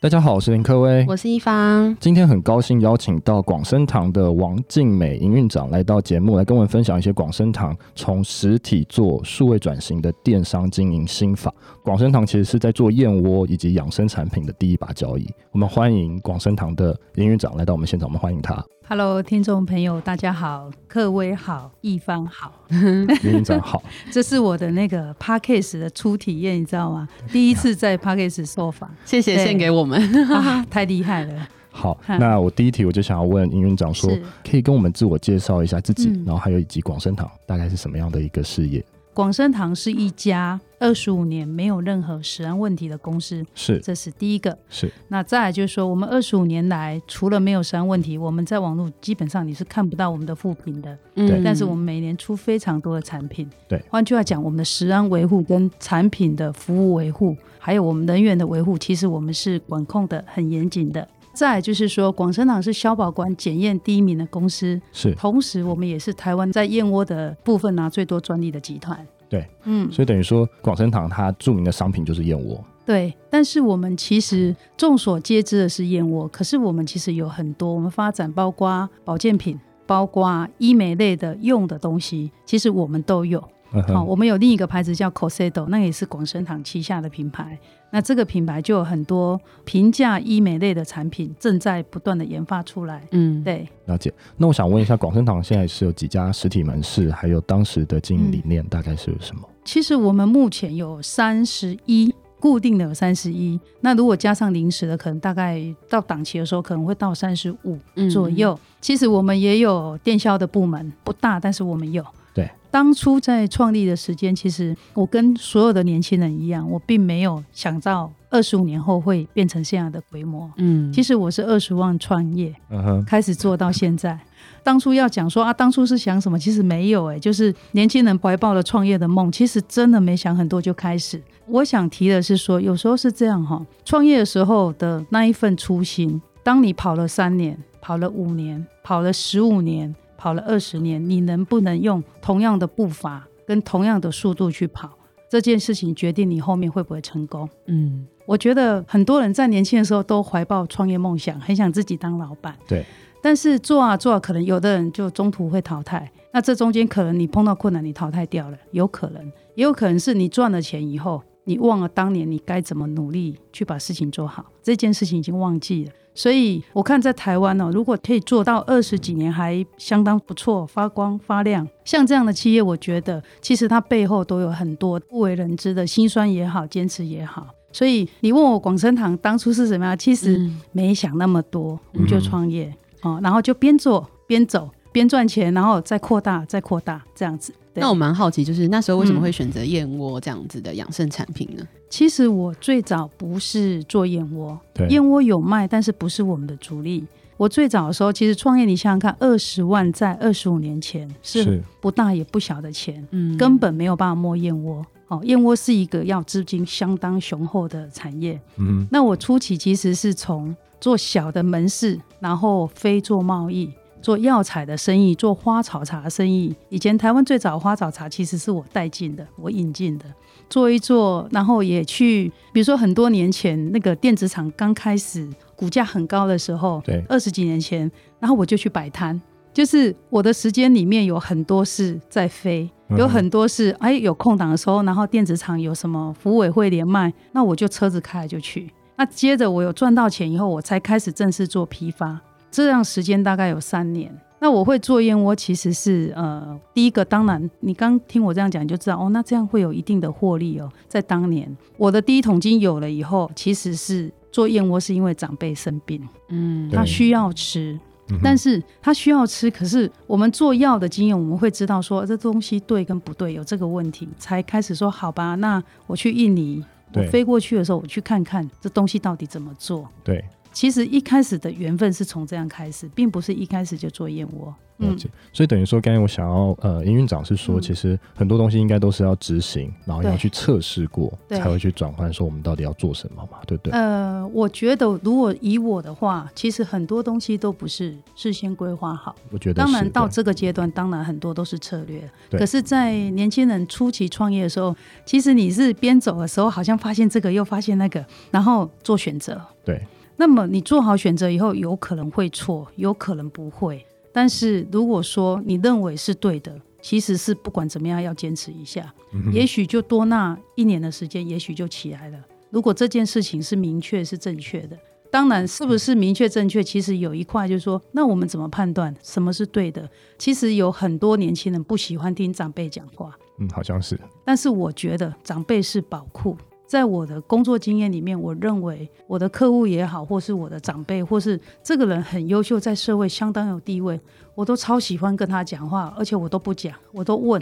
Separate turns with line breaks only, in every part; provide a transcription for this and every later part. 大家好，我是林科威。
我是一方，
今天很高兴邀请到广生堂的王静美营运长来到节目，来跟我们分享一些广生堂从实体做数位转型的电商经营心法。广生堂其实是在做燕窝以及养生产品的第一把交椅。我们欢迎广生堂的营运长来到我们现场，我们欢迎他。
Hello，听众朋友，大家好，各位好，一方好，
营运长好，
这是我的那个 Parkes 的初体验，你知道吗？第一次在 Parkes 受访、
谢谢
对
献给我 们。
啊，太厉害了。
好。
嗯
那我第一题我就想要问营运长说
是，
可以跟我们自我介绍一下自己，
嗯
然后还有以及广生堂大概是什么样的一个事业？
广生堂是一家二十五年没有任何食安问题的公司，
是
这是第一个。
是
那再来就是说，我们二十五年来，除了没有食安问题，我们在网络基本上你是看不到我们的副品的。
对
嗯但是我们每年出非常多的产品。
嗯对
换句话讲，我们的食安维护跟产品的服务维护，还有我们人员的维护，其实我们是管控的很严谨的。再来就是说，广生堂是消保官检验第一名的公司，
是，
同时我们也是台湾在燕窝的部分拿最多专利的集团。
对，
嗯，
所以等于说广生堂它著名的商品就是燕窝。
对，但是我们其实众所皆知的是燕窝，可是我们其实有很多，我们发展包括保健品，包括医美类的用的东西，其实我们都有。
嗯
好、
哼，
我们有另一个牌子叫 Cosedo，那也是广生堂旗下的品牌。那这个品牌就有很多平价医美类的产品正在不断的研发出来。
嗯，
对，
了解。那我想问一下，广生堂现在是有几家实体门市，还有当时的经营理念大概是什么？
其实我们目前有三十一固定的有三十一，那如果加上临时的，可能大概到档期的时候可能会到三十五
嗯
左右。其实我们也有电销的部门，不大，但是我们有。
对，
当初在创立的时间，其实我跟所有的年轻人一样，我并没有想到二十五年后会变成现在的规模。
嗯，
其
实
实我是二十万创业，
嗯哼，
开始做到现在。当初要讲说啊，当初是想什么？其实没有哎、就是年轻人怀抱了创业的梦，其实真的没想很多就开始。我想提的是说，有时候是这样哈，创业的时候的那一份初心，当你跑了三年、跑了五年、跑了十五年、跑了二十年，你能不能用同样的步伐跟同样的速度去跑？这件事情决定你后面会不会成功。
嗯
我觉得很多人在年轻的时候都怀抱创业梦想，很想自己当老板。
对。
但是做啊做啊，可能有的人就中途会淘汰。那这中间可能你碰到困难，你淘汰掉了，有可能，也有可能是你赚了钱以后，你忘了当年你该怎么努力去把事情做好，这件事情已经忘记了。所以我看在台湾哦，如果可以做到二十几年还相当不错，发光发亮，像这样的企业，我觉得其实它背后都有很多不为人知的辛酸也好，坚持也好。所以你问我广生堂当初是什么样，其实
嗯
没想那么多，我们就创业、哦，然后就边做边走边赚钱，然后再扩大再扩大这样子。对
那我蛮好奇，就是那时候为什么会选择燕窝这样子的养生产品呢？
其实我最早不是做燕窝，
对，
燕窝有卖，但是不是我们的主力。我最早的时候，其实创业，你想想看，二十万在二十五年前是
是
不大也不小的钱，
嗯
根本没有办法摸燕窝。哦，燕窝是一个要资金相当雄厚的产业，
嗯
那我初期其实是从做小的门市，然后非做贸易，做药材的生意，做花草茶的生意。以前台湾最早的花草茶其实是我带进的，我引进的，做一做，然后也去，比如说很多年前那个电子厂刚开始股价很高的时候，
对
二十几年前，然后我就去摆摊。就是我的时间里面有很多事在飞，
嗯
有很多事，哎，有空档的时候，然后电子厂有什么服委会连麦，那我就车子开了就去。那接着我有赚到钱以后，我才开始正式做批发，这样时间大概有三年。那我会做燕窝，其实是呃，第一个当然，你刚听我这样讲，你就知道哦，那这样会有一定的获利哦。在当年，我的第一桶金有了以后，其实是做燕窝是因为长辈生病，
嗯
对
他需要吃，
嗯哼
但是他需要吃，可是我们做药的经验，我们会知道说这东西对跟不对，有这个问题，才开始说好吧，那我去印尼，我
对
飞过去的时候，我去看看这东西到底怎么做。
对
其实一开始的缘分是从这样开始，并不是一开始就做燕窝。
了解，所以等于说，刚才我想要呃，营运长是说，
嗯
其实很多东西应该都是要执行，然后要
对
去测试过，
对
才会去转换说我们到底要做什么嘛，对不对？
呃，我觉得如果以我的话，其实很多东西都不是事先规划好。
我觉得
当
是
然，到
对
这个阶段，当然很多都是策略。
对
可是，在年轻人初期创业的时候，其实你是边走的时候，好像发现这个又发现那个，然后做选择。
对
那么你做好选择以后，有可能会错，有可能不会。但是如果说你认为是对的，其实是不管怎么样要坚持一下，也许就多那一年的时间，也许就起来了。如果这件事情是明确是正确的，当然是不是明确正确，其实有一块就是说，那我们怎么判断什么是对的？其实有很多年轻人不喜欢听长辈讲话，
嗯，好像是
但是我觉得长辈是宝库。在我的工作经验里面，我认为我的客户也好，或是我的长辈，或是这个人很优秀，在社会相当有地位，我都超喜欢跟他讲话，而且我都不讲，我都问，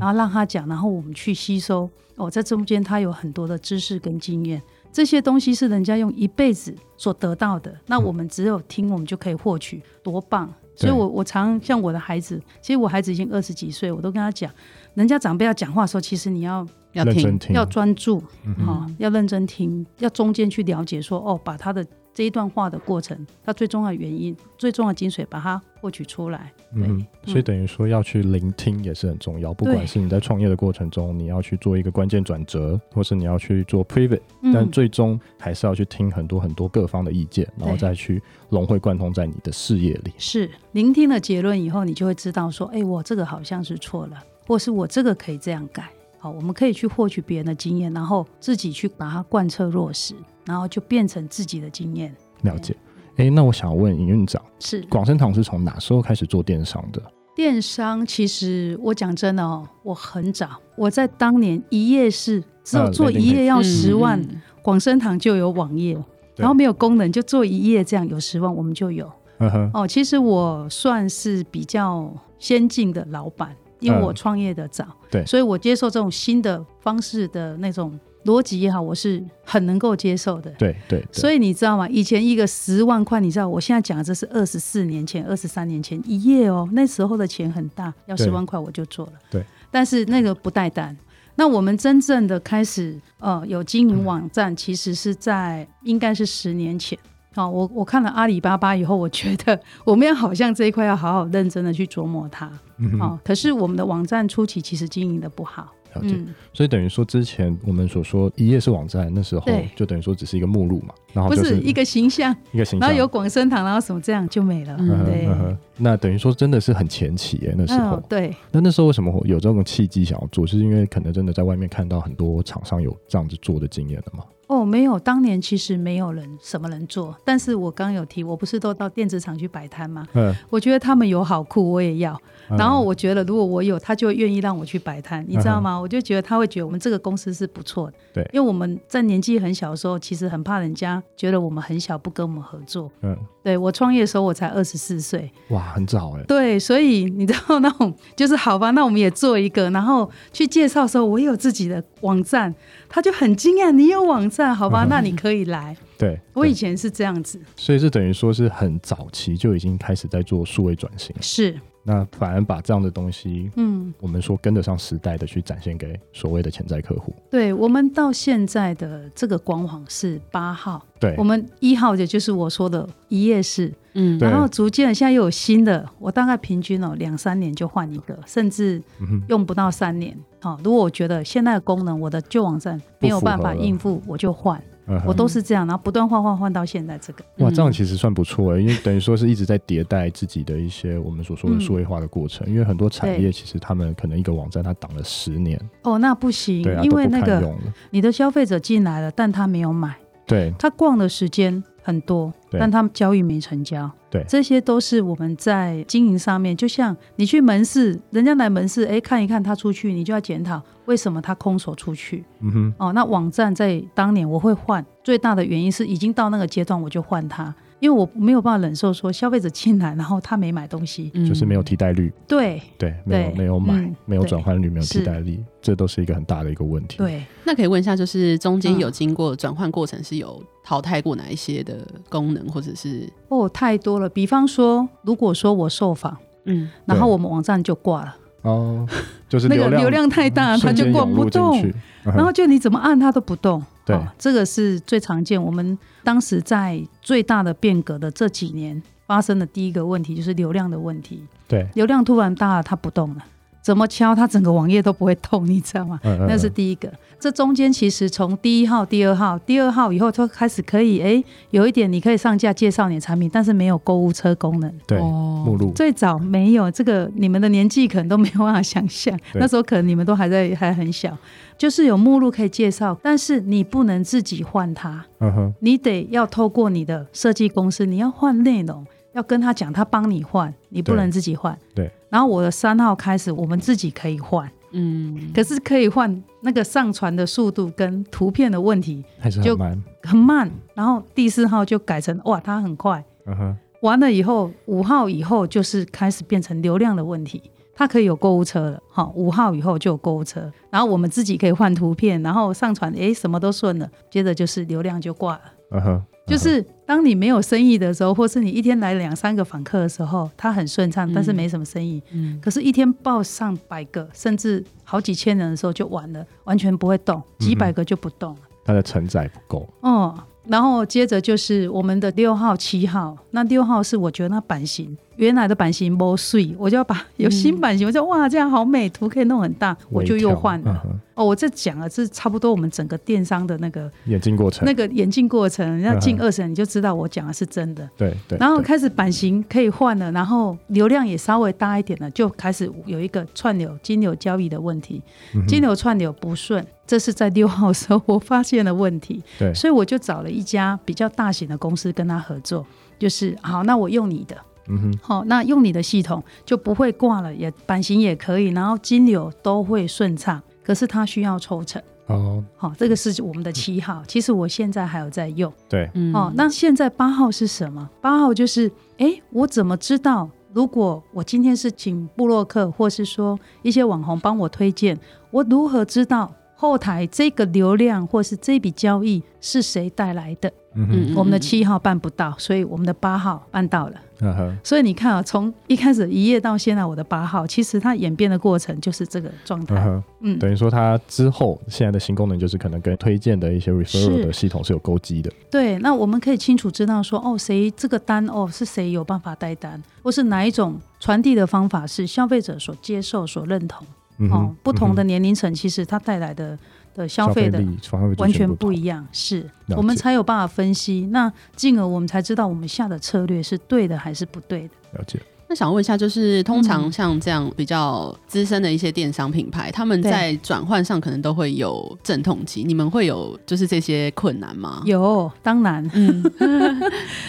然后让他讲，然后我们去吸收。哦，在中间他有很多的知识跟经验，这些东西是人家用一辈子所得到的，那我们只有听，我们就可以获取，多棒！所以
对
我我常像我的孩子，其实我孩子已经二十几岁，我都跟他讲。人家长辈要讲话的时候，其实你要
要
认真
听，
听，
要专注，哈、
嗯
哼
要认真听，要中间去了解说，哦，把他的这一段话的过程，他最重要的原因、最重要的精髓，把它获取出来。对，
嗯哼，所以等于说要去聆听也是很重要，不管
对
是你在创业的过程中，你要去做一个关键转折，或是你要去做 pivot，
嗯
但最终还是要去听很多很多各方的意见，然后
对
再去融会贯通在你的事业里。
是聆听了结论以后，你就会知道说，哎，我这个好像是错了，或是我这个可以这样改。好，我们可以去获取别人的经验，然后自己去把它贯彻落实，然后就变成自己的经验。
了解。诶，那我想问营运长，
是
广生堂是从哪时候开始做电商的？
电商其实我讲真的哦，我很早，我在当年一页是只有
啊
做
landing
一页要十万，
嗯嗯
广生堂就有网页，然后没有功能就做一页这样有十万我们就有。
嗯哼，
哦，其实我算是比较先进的老板，因为
嗯
我创业的早，
对
所以我接受这种新的方式的那种逻辑也好，我是很能够接受的。
对对对，
所以你知道吗？以前一个十万块，你知道我现在讲的这是二十四年前、二十三年前一夜哦，那时候的钱很大，要
对
十万块我就做了。
对，
但是那个不带单。那我们真正的开始呃有经营网站，其实是在应该是十年前。哦，我我看了阿里巴巴以后，我觉得我们要好像这一块要好好认真的去琢磨它。
嗯哼，
哦，可是我们的网站初期其实经营的不好。嗯
了解。，所以等于说，之前我们所说一页是网站，那时候
对
就等于说只是一个目录嘛，然后
不
哦就是
一
一
个形象，
个形
然后
象。
有广生堂，然后什么这样就没了。
嗯哼
对。
嗯哼那等于说真的是很前期耶，那时候。
嗯、对，
那那时候为什么会有这种契机想要做？是因为可能真的在外面看到很多厂商有这样子做的经验了嘛？
哦，没有，当年其实没有人什么人做，但是我刚有提，我不是都到电子厂去摆摊吗？
嗯，
我觉得他们有好酷，我也要。
嗯
然后我觉得如果我有，他就愿意让我去摆摊，你知道吗？我就觉得他会觉得我们这个公司是不错的。
对
因为我们在年纪很小的时候，其实很怕人家觉得我们很小不跟我们合作。
嗯，
对我创业的时候我才二十四岁，
哇，很早哎，
对，所以你知道那种就是好吧，那我们也做一个，然后去介绍的时候，我也有自己的网站，他就很惊讶，你有网站，好吧，那你可以来。
对，
我以
对
前是这样 子，
所以是等于说是很早期就已经开始在做数位转型，
是，
那反而把这样的东西，
嗯，
我们说跟得上时代的去展现给所谓的潜在客户。
对，我们到现在的这个官网是八号，
对
我，们一号也就是我说的一页式，
嗯
对
然后逐渐现在又有新的，我大概平均哦两三年就换一个，甚至
嗯哼
用不到三年。好、如果我觉得现在的功能我的旧网站没有办法
不符合了
应付，我就换。
嗯哼
我都是这样，然后不断换换换到现在这个。
哇，
嗯
这样其实算不错诶，欸因为等于说是一直在迭代自己的一些我们所说的
嗯
数位化的过程。因为很多产业
对
其实他们可能一个网站它挡了十年，
哦，那不行，
对啊，
因
都
为
不
那
堪
个
用了。
你的消费者进来了，但他没有买，
对，
他逛的时间很多，
对
但他们交易没成交。
对
这些都是我们在经营上面，就像你去门市，人家来门市，哎，看一看他出去，你就要检讨为什么他空手出去。
嗯哼，
哦，那网站在当年我会换，最大的原因是已经到那个阶段我就换它。因为我没有办法忍受说消费者进来，然后他没买东西，
嗯
就是没有替代率，
对
对，没有
对
没有买，
嗯
没有
对
转换率，没有替
是
代力，这都是一个很大的一个问题。，
对，
那可以问一下，就是中间
嗯
有经过转换过程，是有淘汰过哪一些的功能，或者是
哦，太多了。比方说，如果说我受访，
嗯
然后
对
我们网站就挂了，
哦，就是
那
流
个
量
流量太大，它
瞬
就
间
挂
涌入
不
进
动
去，，嗯然
然后就你怎么按它都不动。
对
哦这个是最常见。我们当时在最大的变革的这几年发生的第一个问题就是流量的问题，
对，
流量突然大了，它不动了，怎么敲它整个网页都不会动，你知道吗？
嗯嗯，
那是
嗯
第一个。这中间其实从第一号、第二号、第二号以后，就开始可以诶，有一点你可以上架介绍你的产品，但是没有购物车功能。
对目
哦，
录，
最早没有这个，你们的年纪可能都没有办法想象，
对
那时候可能你们都还在还很小，就是有目录可以介绍，但是你不能自己换它，
嗯哼，
你得要透过你的设计公司，你要换内容，要跟他讲，他帮你换，你不
对
能自己换。
对。
然后我的三号开始，我们自己可以换，
嗯，
可是可以换那个上传的速度跟图片的问题
还是很
就
慢，
很慢，然后第四号就改成哇，它很快。
嗯哼，
完了以后，五号以后就是开始变成流量的问题，它可以有购物车了。好，五号以后就有购物车，然后我们自己可以换图片，然后上传，诶，什么都顺了。接着就是流量就挂了。
嗯哼，
就是当你没有生意的时候，或是你一天来两三个访客的时候，它很顺畅，
嗯
但是没什么生意。
嗯
可是，一天报上百个，甚至好几千人的时候就完了，完全不会动，几百个就不动了。
它的承载不够，
哦，然后接着就是我们的六号、七号。那六号是我觉得那版型原来的版型不碎，我就要把有新版型，我就哇这样好美，图可以弄很大，我就
微调
又换了。
嗯哼
哦，我这讲了，这差不多我们整个电商的那个
演进过程
那，个演进过程，要
嗯
近
哼
二十，你就知道我讲的是真的。
对对，
然后
对
开始版型可以换了，然后流量也稍微大一点了，就开始有一个串流、金流交易的问题，
嗯哼
金流串流不顺，这是在六号的时候我发现的问题，
对
所以我就找了一家比较大型的公司跟他合作，就是好，那我用你的，
嗯哼，
好、那用你的系统就不会挂了，也版型也可以，然后金流都会顺畅，可是它需要抽成，
哦，
好、这个是我们的七号，其实我现在还有在用。
对，
嗯
哦，那现在八号是什么？八号就是，诶，我怎么知道？如果我今天是请布洛克，或是说一些网红帮我推荐，我如何知道后台这个流量或是这笔交易是谁带来的？
嗯哼，
我们的七号办不到，所以我们的八号办到了。
嗯哼，
所以你看啊，从一开始一夜到现在，我的八号其实它演变的过程就是这个状
嗯
态。
哼，
嗯，
等于说它之后现在的新功能就是可能跟推荐的一些 referral
是
的系统是有勾机的，
对，那我们可以清楚知道说，哦，谁这个单哦是谁有办法带单，或是哪一种传递的方法是消费者所接受、所认同。
嗯哼
哦，不同的
嗯
年龄层其实它带来的的
哼
消费的
力消费者
完全
不
不
同
一样，是
了
我们
解
才有办法分析，那进而我们才知道我们下的策略是对的还是不对的。
了解，
那想问一下，就是通常
嗯
像这样比较资深的一些电商品牌，他们
对
在转换上可能都会有阵痛期，你们会有就是这些困难吗？，
有，当然，
嗯，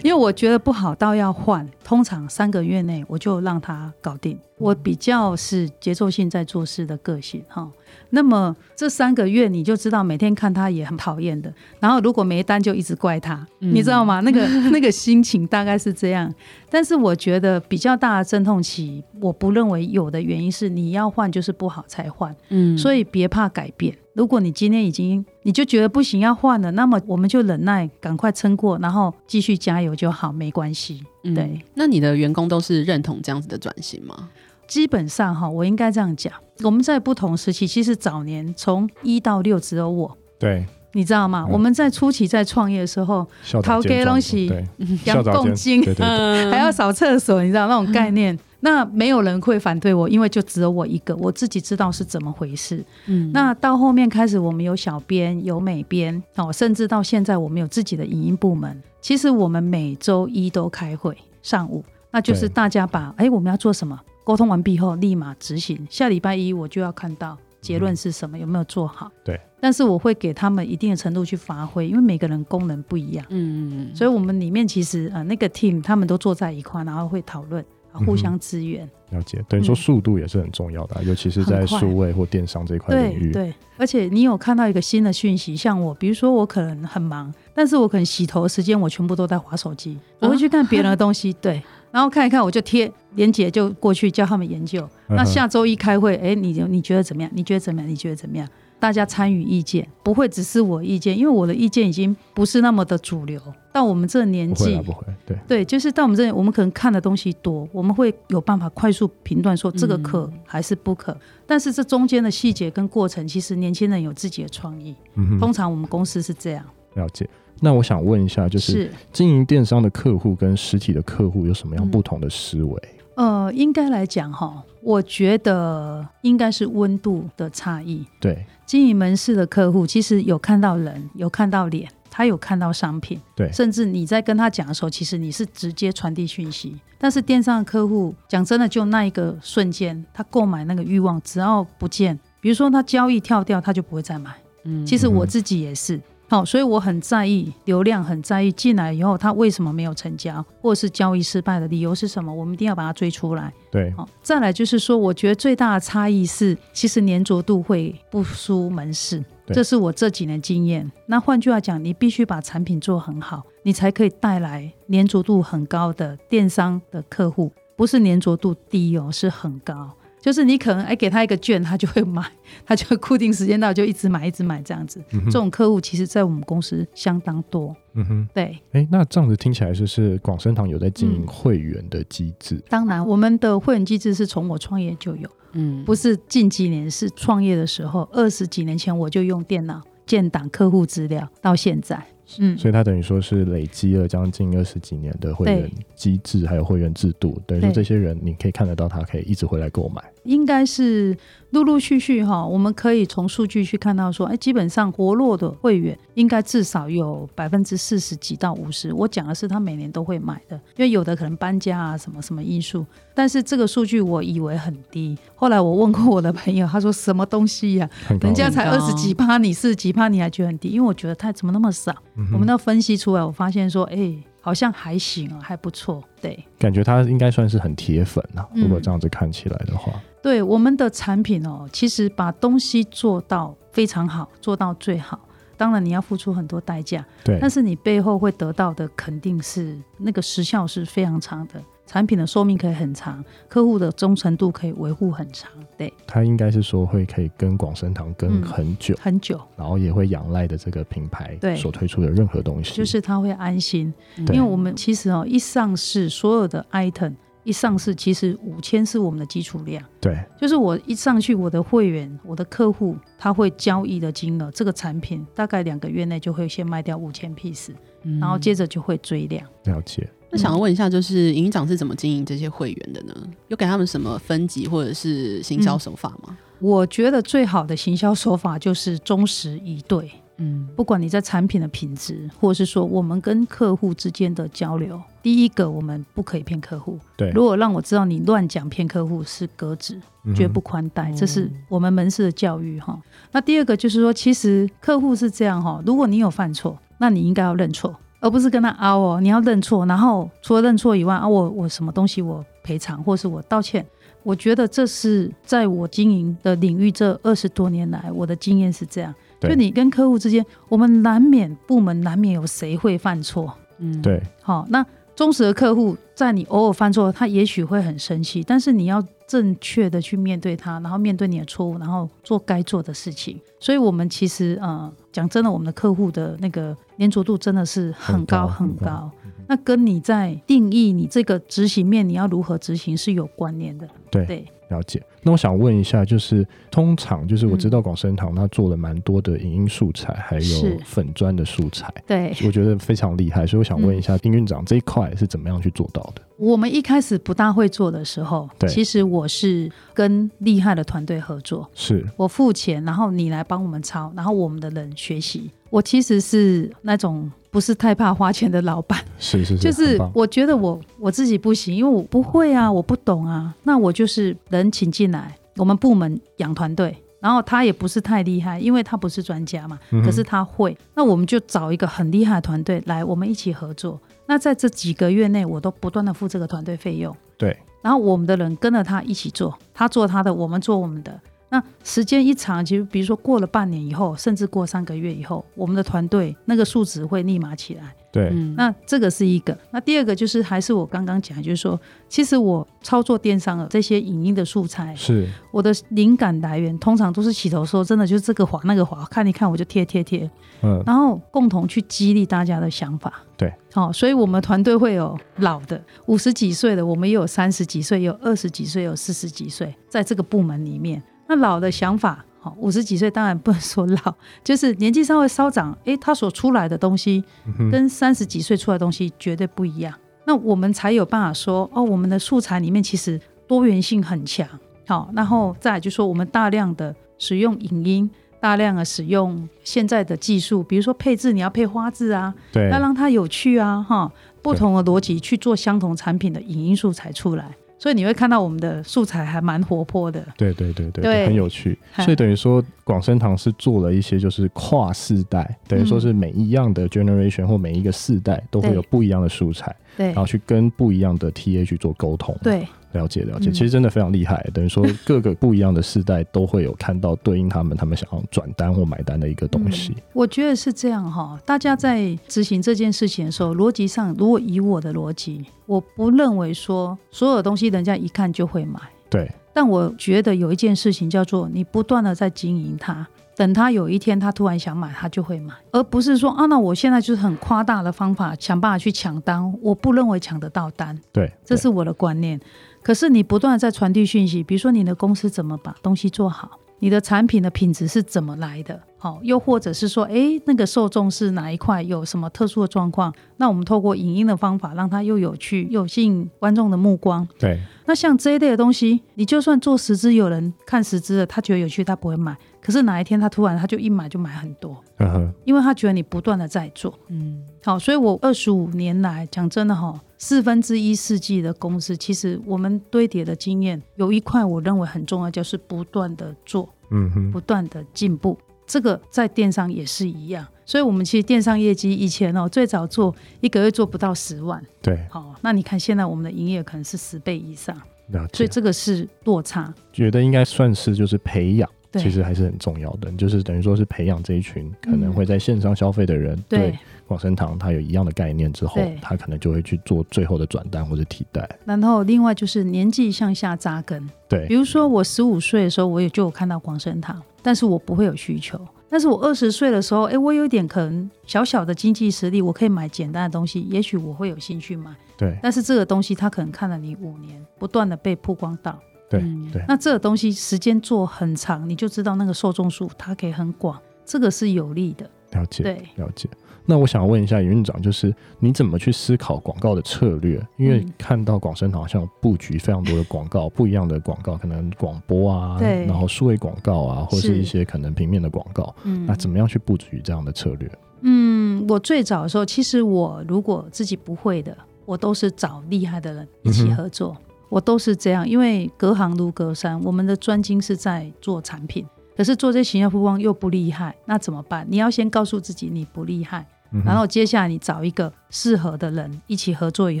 因为我觉得不好到要换，通常三个月内我就让它搞定。我比较是节奏性在做事的个性哈。那么这三个月你就知道，每天看他也很讨厌的。然后如果没单就一直怪他，
嗯
你知道吗？那个 那个心情大概是这样。但是我觉得比较大的阵痛期，我不认为有的原因是你要换就是不好才换。
嗯
所
以
以别怕改变。如果你今天已经你就觉得不行要换了，那么我们就忍耐，赶快撑过，然后继续加油就好，没关系。对，
嗯那你的员工都是认同这样子的转型吗？
基本上哈，我应该这样讲，我们在不同时期，其实早年从一到六只有我，
对，
你知道吗？
嗯
我们在初期在创业的时候，
校长
头
兼
家
总统
拢 是
对，校
养
长
共
兼
金
对对对，
嗯
还要扫厕所，你知道那种概念。那没有人会反对我，因为就只有我一个，我自己知道是怎么回事。
嗯
那到后面开始，我们有小编，有美编，哦，甚至到现在我们有自己的影音部门。其实我们每周一都开会，上午，那就是
对
大家把哎我们要做什么沟通完毕后，立马执行。下礼拜一我就要看到结论是什么，有没有做好。
对。
但是我会给他们一定的程度去发挥，因为每个人功能不一样。
嗯，
所以我们里面其实呃那个 team 他们都坐在一块，然后会讨论。互相支援。
了解，等于说
嗯
速度也是很重要的啊、尤其是在
很快
数位或电商这一块领
对
域。
对，而且你有看到一个新的讯息，像我，比如说我可能很忙，但是我可能洗头的时间我全部都在划手机，我会去看别人的 东西，对，然后看一看我就贴连姐就过去叫他们研究。
嗯哼
那下周一开会，哎，你你觉得怎么样？你觉得怎么样？你觉得怎么样？大家参与意见，不会只是我意见，因为我的意见已经不是那么的主流。到我们这个年
不会
纪
啦，，不会，对，
对，就是到我们这里，我们可能看的东西多，我们会有办法快速评断说这
嗯
个可还是不可。但是这中间的细节跟过程，其实年轻人有自己的创意。
嗯哼，
通常我们公司是这样，
了解。那我想问一下，就是
是
经营电商的客户跟实体的客户有什么
嗯
样不同的思维？
呃，应该来讲哈，我觉得应该是温度的差异。
对，
经营门市的客户其实有看到人，有看到脸，他有看到商品，
对
甚至你在跟他讲的时候，其实你是直接传递讯息。但是电商的客户，讲真的，就那一个瞬间，他购买那个欲望只要不见，比如说他交易跳掉，他就不会再买。
嗯，
其
实
实我自己也是。好，所以我很在意流量，很在意进来以后他为什么没有成交，或是交易失败的理由是什么，我们一定要把它追出来。
对，
好，再来就是说，我觉得最大的差异是，其实粘着度会不输门市，
对
这是我这几年经验。那换句话讲，你必须把产品做很好，你才可以带来粘着度很高的电商的客户，不是粘着度低哦，是很高。就是你可能哎给他一个券，他就会买， 他就固定时间到就一直买一直买这样子。
嗯
这
哼，
种客户其实在我们公司相当多，
嗯哼，
对。
哎，那这样子听起来就是广生堂有在经营
嗯
会员的机制，
当然，我们的会员机制是从我创业就有。
嗯
不是近几年，是创业的时候，二十几年前我就用电脑建档客户资料，到现在，嗯，
所以它等于说是累积了将近二十几年的会员机制，还有会员制度，等于说
对
这些人你可以看得到，他可以一直回来购买。
应该是陆陆续续哈，我们可以从数据去看到说，哎，基本上活络的会员应该至少有百分之四十几到五十。我讲的是他每年都会买的，因为有的可能搬家啊，什么什么因素。但是这个数据我以为很低，后来我问过我的朋友，他说什么东西呀、
很高
人家
兴
才
哦很
二
高
十几趴，你四十几趴，你还觉得很低？因为我觉得他怎么那么少？
嗯
我们那分析出来，我发现说，哎、好像还行啊，还不错。对，
感觉他应该算是很铁粉呐、
嗯
如果这样子看起来的话，
对，我们的产品哦，其实把东西做到非常好，做到最好。当然你要付出很多代价，
对
但，是你背后会得到的肯定是那个时效是非常长的，产品的寿命可以很长，客户的忠诚度可以维护很长，对，
他应该是说会可以跟广生堂跟
嗯
很久，
很久，
然后也会仰赖的这个品牌
对
所推出的任何东西，
就是他会安心。
对
因为我们其实哦，一上市所有的 item 一上市，其实五千是我们的基础量，
对
就是我一上去，我的会员、我的客户他会交易的金额，这个产品大概两个月内就会先卖掉五千 piece，然
嗯
后接着就会追量。
了解。
那想要问一下，就是营长是怎么经营这些会员的呢？有给他们什么分级或者是行
嗯
销手法吗？
我觉得最好的行销手法就是忠实以对，
嗯
不管你在产品的品质，或是说我们跟客户之间的交流，第一个我们不可以骗客户。
对，
如果让我知道你乱讲骗客户是革职，
嗯哼
绝不宽待，
嗯
这是我们门市的教育哈。那第二个就是说，其实客户是这样哈，如果你有犯错，那你应该要认错，而不是跟他凹哦，你要认错，然后除了认错以外啊，我我什么东西我赔偿或是我道歉。我觉得这是在我经营的领域这二十多年来，我的经验是这样。
对
就你跟客户之间，我们难免部门难免有谁会犯错，
嗯，
对
好、那忠实的客户在你偶尔犯错，他也许会很生气，但是你要正确的去面对他，然后面对你的错误，然后做该做的事情。所以，我们其实呃，讲真的，我们的客户的那个粘着度真的是很高
很
很
高
高。那跟你在定义你这个执行面，你要如何执行是有关联的。
对
对，
了解。那我想问一下，就是通常就是我
嗯
知道广生堂他做了蛮多的影音素材，还
是
有粉砖的素材，
对，
我觉得非常厉害，所以我想问
嗯
一下，营运长这一块是怎么样去做到的？
我们一开始不大会做的时候
对，
其实我是跟厉害的团队合作。
是
我付钱，然后你来帮我们抄，然后我们的人学习。我其实是那种不是太怕花钱的 老板，
是是是，
就是
很棒
我觉得我我自己不行，因为我不会啊，我不懂啊，那我就是人请进来，我们部门养团队。然后他也不是太厉害，因为他不是专家嘛，
嗯哼
可是他会。那我们就找一个很厉害的团队来，我们一起合作。那在这几个月内，我都不断的付这个团队费用。
对
然后我们的人跟着他一起做，他做他的，我们做我们的。那时间一长，其实比如说过了半年以后，甚至过三个月以后，我们的团队那个数值会立马起来。
对，
嗯，
那这个是一个。那第二个就是还是我刚刚讲，就是说，其实我操作电商的这些影音的素材，
是
我的灵感来源通常都是起头说真的就是这个滑那个滑，看一看我就贴贴贴，
嗯
然后共同去激励大家的想法。
对，
好、所以我们团队会有老的五十几岁的，我们也有三十几岁，也有二十几岁，也有四十几岁，在这个部门里面，那老的想法。好，五十几岁当然不能说老， 就是年纪稍微稍长，诶，他所出来的东西
嗯哼
跟三十几岁出来的东西绝对不一样。那我们才有办法说，哦，我们的素材里面其实多元性很强。好，然后再来就说我们大量的使用影音，大量的使用现在的技术，比如说配置，你要配花字啊，
对
要让它有趣啊，哈，不同的逻辑去做相同产品的影音素材出来。所以你会看到我们的素材还蛮活泼的，
对对对对
对嗯
很有趣。
嗨
所以等于说，广生堂是做了一些就是跨世代，等于说是每一样的 generation 或每一个世代都会
嗯对
有不一样的素材，
对
然后去跟不一样的 TA 去做沟通。，
对，
了解了解，
嗯
其实真的非常厉害。等于说各个不一样的世代都会有看到对应他们他们想要转单或买单的一个东西。
我觉得是这样哈，大家在执行这件事情的时候，逻辑上，如果以我的逻辑，我不认为说所有东西人家一看就会买，
对，
但我觉得有一件事情叫做你不断的在经营它，等他有一天他突然想买，他就会买，而不是说啊，那我现在就是很夸大的方法想办法去抢单，我不认为抢得到单，
对，
这
对
是我的观念。可是你不断的在传递讯息，比如说你的公司怎么把东西做好，你的产品的品质是怎么来的，好、又或者是说，诶，那个受众是哪一块有什么特殊的状况，那我们透过影音的方法，让它又有趣，又吸引观众的目光。
对
那像这一类的东西，你就算做十支，有人看十支的，他觉得有趣，他不会买。可是哪一天他突然他就一买就买很多，
嗯哼，
因为他觉得你不断的在做。
嗯
好，所以我二十五年来，讲真的哈、四分之一世纪的公司，其实我们堆叠的经验有一块，我认为很重要，就是不断的做，
嗯
不
哼，
断的进步。这个在电商也是一样，所以我们其实电商业绩以前哦，最早做一个月做不到十万，
对，
好、那你看现在我们的营业额可能是十倍以上，
了
所
解
以。这个是落差。
觉得应该算是就是培养，
对
其实还是很重要的，就是等于说是培养这一群可能会在线上消费的人，对
嗯对，
广生堂他有一样的概念之后
对，
他可能就会去做最后的转单或者替代，
然后另外就是年纪向下扎根，比
对，
如说我十五岁的时候，我也就有看到广生堂，但是我不会有需求。但是我二十岁的时候，诶，我有一点可能小小的经济实力，我可以买简单的东西，也许我会有兴趣买。
对，
但是这个东西它可能看了你五年，不断的被曝光到，
对
嗯
对，
那这个东西时间做很长，你就知道那个受众数它可以很广，这个是有利的。
了解，
对，
了解。那我想问一下尹院长，就是你怎么去思考广告的策略？因为
嗯
看到广生堂好像有布局非常多的广告，不一样的广告，可能广播啊，
对
然后数位广告啊，或是
是
一些可能平面的广告，
嗯
那怎么样去布局这样的策略？
嗯，我最早的时候，其实我如果自己不会的，我都是找厉害的人一
嗯
起合作，我都是这样，因为隔行如隔山，我们的专精是在做产品，可是做这形象曝光又不厉害，那怎么办？你要先告诉自己你不厉害，
嗯哼
然后接下来你找一个适合的人一起合作以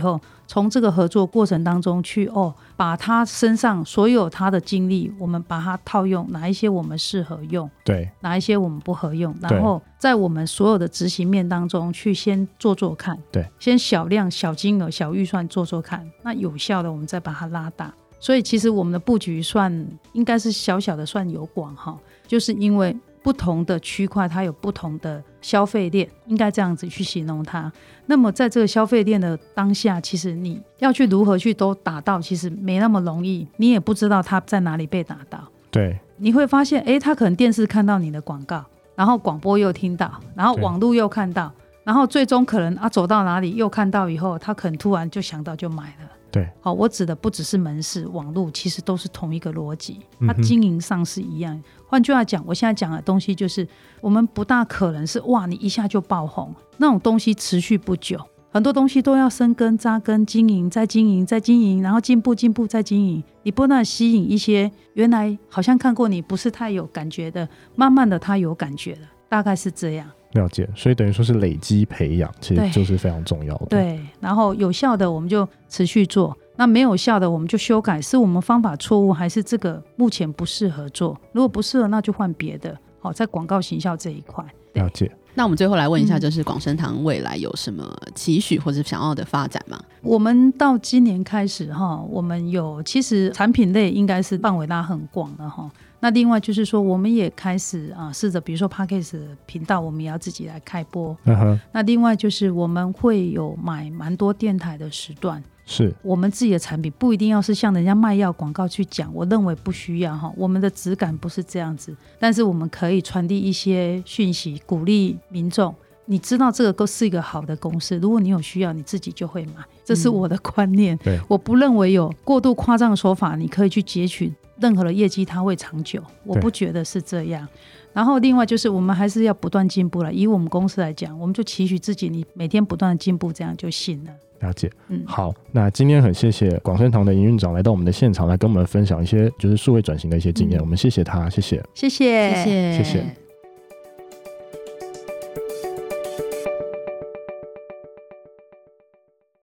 后，从这个合作过程当中去哦，把他身上所有他的经历，我们把它套用，哪一些我们适合用。
对，
哪一些我们不合用，
对
然后在我们所有的执行面当中去先做做看，
对，
先小量、小金额、小预算做做看，那有效的我们再把它拉大。所以其实我们的布局算应该是小小的算有广哈，就是因为不同的区块它有不同的消费链，应该这样子去形容它。那么在这个消费链的当下，其实你要去如何去都打到，其实没那么容易，你也不知道它在哪里被打到。
对，
你会发现，诶，他可能电视看到你的广告，然后广播又听到，然后
对
网络又看到，然后最终可能啊走到哪里又看到以后，他可能突然就想到就买了。
对，
好、我指的不只是门市、网络，其实都是同一个逻辑，
嗯
它
哼
经营上是一样。换句话讲，我现在讲的东西就是，我们不大可能是哇，你一下就爆红，那种东西持续不久。很多东西都要生根、扎根、经营、再经营、再经营，然后进步、进步、再经营。你不断地吸引一些原来好像看过你不是太有感觉的，慢慢的他有感觉了，大概是这样。
了解，所以等于说是累积培养，其实
对
就是非常重要的。
对，然后有效的我们就持续做。那没有效的，我们就修改，是我们方法错误，还是这个目前不适合做？如果不适合，那就换别的。好，在广告行销这一块，对
了解。
那我们最后来问一下，
嗯
就是广生堂未来有什么期许或者想要的发展吗？
我们到今年开始哈，我们有其实产品类应该是范围拉很广了哈。那另外就是说，我们也开始啊，试着比如说 p a c k a g e 频道，我们也要自己来开播。
嗯哼，
那另外就是我们会有买蛮多电台的时段，
是
我们自己的产品不一定要是像人家卖药广告去讲，我认为不需要哈，我们的质感不是这样子，但是我们可以传递一些讯息，鼓励民众。你知道这个公是一个好的公司，如果你有需要，你自己就会买，这是
嗯
我的观念。
对
我不认为有过度夸张的说法，你可以去截取任何的业绩，它会长久，我
对
不觉得是这样。然后另外就是我们还是要不断进步了。以我们公司来讲，我们就期许自己，你每天不断的进步，这样就行了。
了解。
嗯，
好，那今天很谢谢广生堂的营运长来到我们的现场，来跟我们分享一些就是数位转型的一些经验。
嗯
我们谢谢他，谢谢。
谢谢，
谢
谢
谢